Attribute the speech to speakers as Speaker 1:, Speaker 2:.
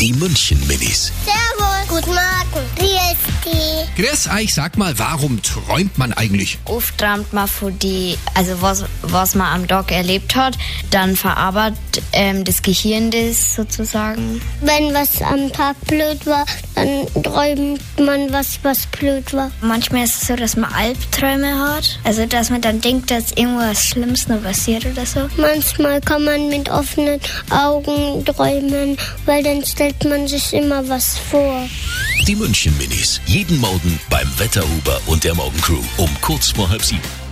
Speaker 1: Die München Minis.
Speaker 2: Servus. Guten Morgen. Wie ist die?
Speaker 1: Grüß euch, ah, sag mal, warum träumt man eigentlich?
Speaker 3: oft träumt man von die, also was, was man am Tag erlebt hat, dann verarbeitet ähm, das Gehirn das sozusagen.
Speaker 2: Wenn was am Tag blöd war, dann träumt man was, was blöd war.
Speaker 3: Manchmal ist es so, dass man Albträume hat, also dass man dann denkt, dass irgendwas Schlimmes noch passiert oder so.
Speaker 2: Manchmal kann man mit offenen Augen träumen, weil dann stellt man sich immer was vor.
Speaker 1: Die München Minis. Jeden Morgen beim Wetterhuber und der Morgencrew um kurz vor halb sieben.